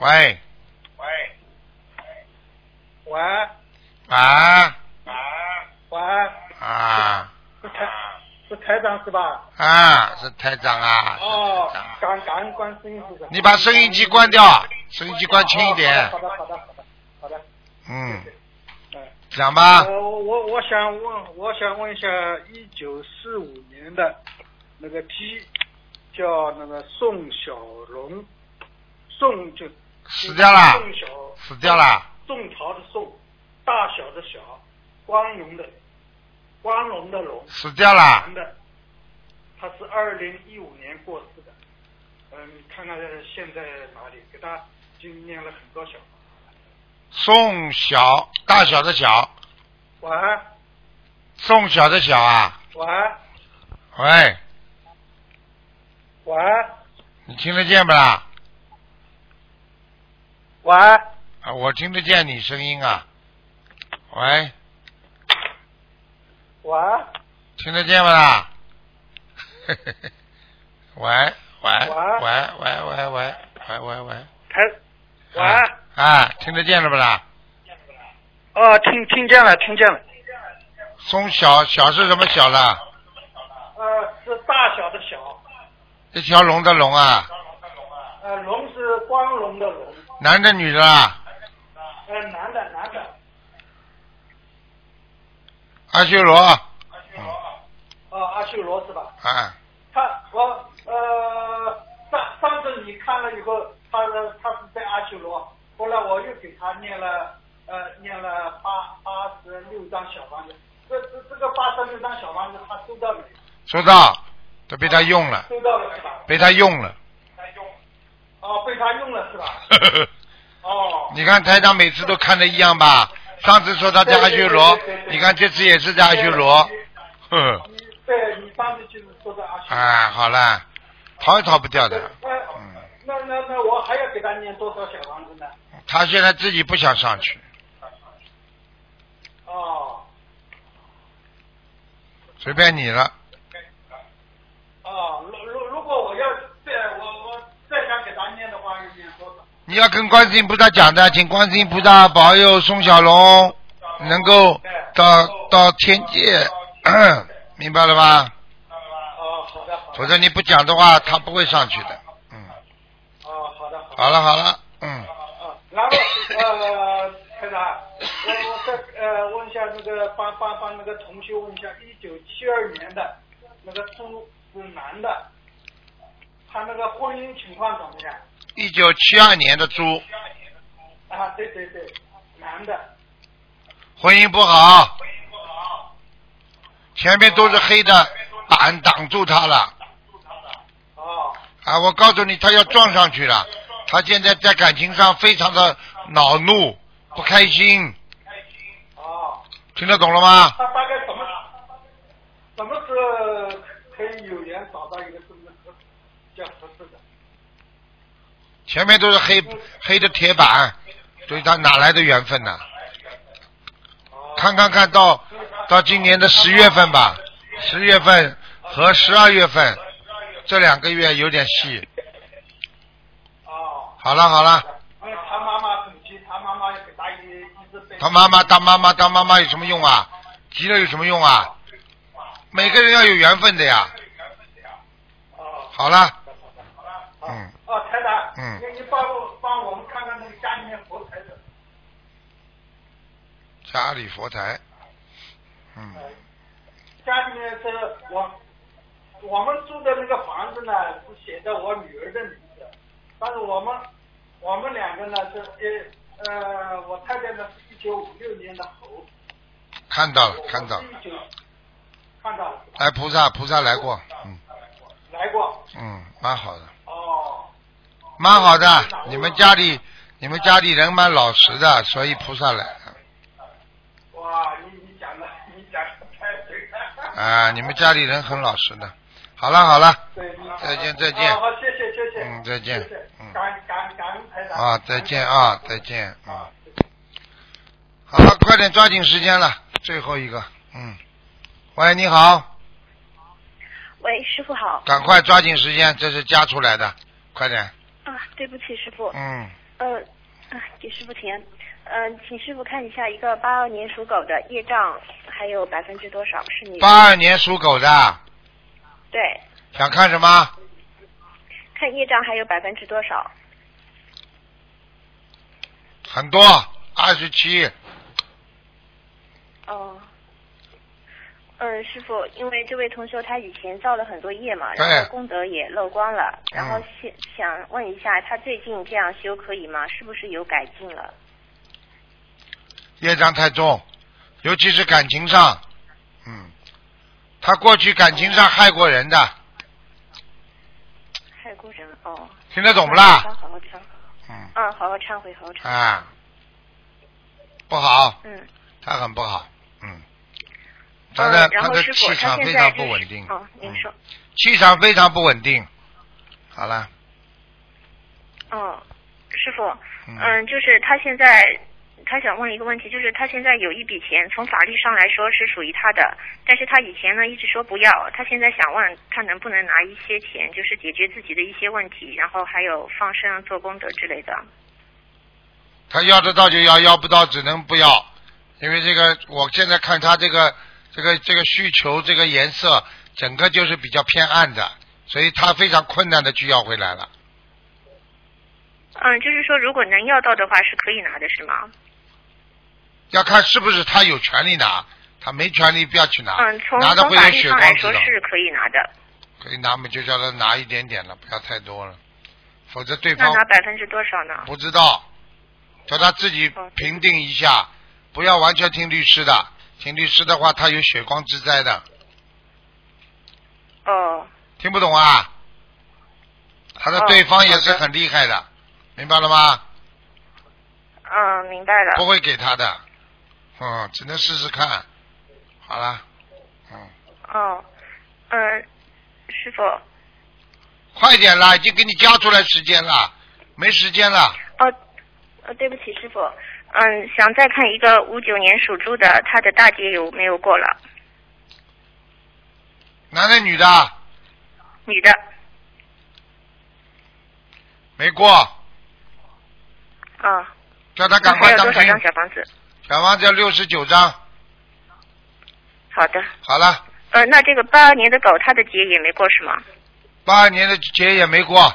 S1: 喂，
S6: 喂，喂，
S1: 啊
S6: 喂，
S1: 啊
S6: 是台是台长是吧？
S1: 啊，是台长啊，
S6: 哦
S1: 是台长，
S6: 感感恩观世音菩萨。
S1: 你把收音机关掉，啊收音机关轻一点
S6: 哦。好的，好的，好的，好的。
S1: 嗯，
S6: 嗯，
S1: 讲吧。
S6: 呃，我我想问，我想问一下，一九四五年的那个鸡叫那个宋小龙，宋就
S1: 死掉了，
S6: 宋小
S1: 死掉了。
S6: 宋朝的宋，大小的小，光荣的光荣的荣。
S1: 死掉了
S6: 男。的，他是二零一五年过世的。嗯，你看看现在哪里？给他已经念了很多小房。
S1: 宋小，大小的小，
S6: 晚安，
S1: 宋小的小啊。
S6: 晚安，
S1: 喂，
S6: 晚安，
S1: 你听得见不啦？
S6: 晚安。
S1: 啊，我听得见你声音啊。喂，
S6: 晚安，
S1: 听得见不啦？ 喂喂喂喂
S6: 喂
S1: 喂喂喂喂喂。
S6: 台，晚安。
S1: 啊，听得见了不啦？
S6: 哦，听听见了，听见了。
S1: 松小小是什么小啦？
S6: 呃，是大小的小，
S1: 一条龙的龙啊，
S6: 呃，龙是光荣的龙，
S1: 男的女的啊啦？
S6: 呃，男的男的，
S1: 阿修罗，嗯
S6: 哦，阿修罗是吧？
S1: 啊，
S6: 他我呃上上次你看了以后，他是他是在阿修罗，后来我又给他念了呃念了八八十六张小房子，这这这个八十六张小房子他收到没？
S1: 收到，都被他用了，
S6: 收到了是吧？
S1: 被他用了。
S6: 哦，被他用了是吧？哦。
S1: 你看台长每次都看的一样吧？上次说他在阿修罗
S6: 对对对对，对
S1: 你看这次也是在阿修罗， 哼，
S6: 你对你上次就是说的阿修罗。
S1: 啊，好啦，逃也逃不掉
S6: 那
S1: 的。嗯，
S6: 那那那我还要给他念多少小房子呢？
S1: 他现在自己不想上去，
S6: 哦
S1: 随便你了。
S6: 哦，如如如果我要再我我再想给他念的话，要念多少？
S1: 你要跟观世音菩萨讲的，请观世音菩萨保佑宋小龙能够到到天界， 明白了吧？
S6: 哦，好的好的。
S1: 否则你不讲的话，他不会上去的。嗯，
S6: 哦，好的好的。
S1: 好了好了，嗯，
S6: 啊，然后呃，台长，我我再呃问一下那个帮帮帮那个同学问一下，一九七二年的那个猪是男的，他那个婚姻情况怎么样？
S1: 一九七二年的猪，
S6: 啊，对对对，男的。
S1: 婚姻不好，啊前面都是黑的板挡住他了
S6: 哦
S1: 啊！我告诉你，他要撞上去了。他现在在感情上非常的恼怒、不开心，
S6: 哦。
S1: 听得懂了吗？
S6: 他大概什么什么时候可以有缘找到一个这么合叫合适的？
S1: 前面都是黑黑的铁板，所以他哪来的缘分呢、
S6: 哦
S1: 看看看到到今年的十月份吧，十月份和十二月份这两个月有点戏。
S6: 哦，
S1: 好了好了，
S6: 因为他妈妈很急，他妈妈给他一一直被
S1: 他妈妈当妈妈当妈妈有什么用啊？急了有什么用啊？每个人要有缘分的呀。
S6: 哦
S1: 好了，
S6: 哦
S1: 嗯
S6: 哦，台长，
S1: 嗯
S6: 你你帮我帮我们看看那个家里面佛台的，
S1: 家里佛台，嗯，
S6: 呃家里面是我我们住的那个房子呢是写着我女儿的名字，但是我们我们两个呢是呃呃我太太呢是一九五六年的猴。
S1: 看到了啊看到了，
S6: 看到了，
S1: 哎，菩萨菩萨来过，嗯
S6: 来过。
S1: 嗯，蛮好的。
S6: 哦，
S1: 蛮好的，你们家里你们家里人蛮老实的，所以菩萨来了
S6: 哇，你你讲的，你讲的太对了。
S1: 啊！你们家里人很老实的。好了好了，
S6: 对，你
S1: 再见再见
S6: 哦好，谢谢谢谢。
S1: 嗯再见
S6: 谢谢
S1: 嗯
S6: 感感感恩台长。
S1: 啊，再见啊，再见啊！好了，快点抓紧时间了，最后一个，嗯，喂，你好，
S7: 喂，师傅好。
S1: 赶快抓紧时间，这是加出来的，快点，
S7: 啊，对不起，师傅。
S1: 嗯，
S7: 呃，啊，给师傅请安。嗯、请师傅看一下一个八二年属狗的业障还有百分之多少是你？
S1: 八二年属狗的，
S7: 对，
S1: 想看什么？
S7: 看业障还有百分之多少？
S1: 很多，二十七，
S7: 哦。嗯，师傅，因为这位同修他以前造了很多业嘛，
S1: 对
S7: 然后功德也漏光了，然后
S1: 嗯
S7: 现想问一下，他最近这样修可以吗？是不是有改进了？
S1: 业障太重，尤其是感情上，嗯，他过去感情上害过人的，
S7: 还有过程哦。
S1: 听得懂不
S7: 好
S1: 啦？
S7: 好忏，
S1: 嗯，
S7: 嗯，好好忏悔，好好忏悔。
S1: 啊，不好，
S7: 嗯。
S1: 他很不好，嗯，他
S7: 嗯，
S1: 的、
S7: 然
S1: 他
S7: 后
S1: 的
S7: 师傅，
S1: 气
S7: 他
S1: 场
S7: 现
S1: 非
S7: 在
S1: 常
S7: 就
S1: 不
S7: 是
S1: 稳定，
S7: 哦，您说，
S1: 气场非常不稳定。好了，
S7: 嗯，师傅，
S1: 嗯
S7: 嗯、就是他现在他想问一个问题，就是他现在有一笔钱，从法律上来说是属于他的，但是他以前呢一直说不要，他现在想问他能不能拿一些钱，就是解决自己的一些问题，然后还有放生、做功德之类的。
S1: 他要得到就要，要不到只能不要，因为这个我现在看他这个这个这个需求这个颜色，整个就是比较偏暗的，所以他非常困难的去要回来了。
S7: 嗯，就是说如果能要到的话是可以拿的，是吗？
S1: 要看是不是他有权利拿，他没权利不要去拿，
S7: 嗯，从
S1: 拿的
S7: 从
S1: 会
S7: 法
S1: 有
S7: 律
S1: 血
S7: 上
S1: 光
S7: 来
S1: 之
S7: 说
S1: 痛。
S7: 是可以拿的，
S1: 可以拿嘛，就叫他拿一点点了，不要太多了，否则对
S7: 那
S1: 方
S7: 拿百分之多少呢？
S1: 不知道，叫他自己
S7: 哦
S1: 评定一下，不要完全听律师的，听律师的话他有血光之灾的，
S7: 哦，
S1: 听不懂啊？他的
S7: 哦
S1: 对方也是
S7: 好的
S1: 很厉害的，明白了吗？
S7: 嗯，明白了。
S1: 不会给他的，嗯，只能试试看，好了，嗯，
S7: 哦，嗯、师傅，
S1: 快点啦，已经给你加出来时间了，没时间了，
S7: 哦，呃，对不起，师傅，嗯，想再看一个五九年属猪的，他的大劫有没有过了？
S1: 男的女的
S7: 女的，
S1: 没过，
S7: 啊、
S1: 叫他
S7: 那
S1: 赶
S7: 还
S1: 快
S7: 有
S1: 当
S7: 多少
S1: 心，
S7: 张小房子？
S1: 小王子要六十九张，
S7: 好的，
S1: 好了，
S7: 呃，那这个八二年的狗，它的劫也没过是吗？
S1: 八二年的节也没过，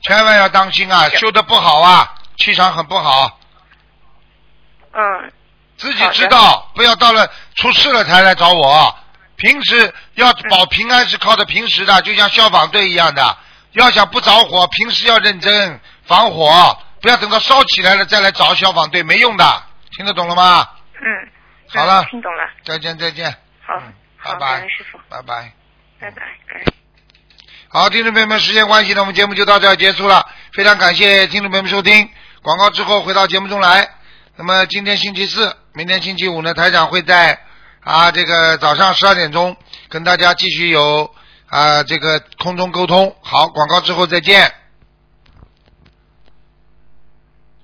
S1: 千万要当心啊，
S7: 是
S1: 修的不好啊，气场很不好，
S7: 嗯，
S1: 自己知道，不要到了出事了才来找我。平时要保平安是靠着平时的，就像消防队一样的，要想不着火，平时要认真防火，不要等到烧起来了再来找消防队，没用的，听得懂了吗？
S7: 嗯，
S1: 好了
S7: 嗯听懂了，
S1: 再见，再见，
S7: 好，
S1: 嗯
S7: 好，
S1: 拜
S7: 感
S1: 拜
S7: 恩，师傅，
S1: 拜拜。
S7: 拜拜，感恩。
S1: 好，听众朋友们，时间关系呢，我们节目就到这儿结束了。非常感谢听众朋友们收听广告之后回到节目中来。那么今天星期四，明天星期五呢，台长会在啊这个早上十二点钟跟大家继续有啊这个空中沟通。好，广告之后再见。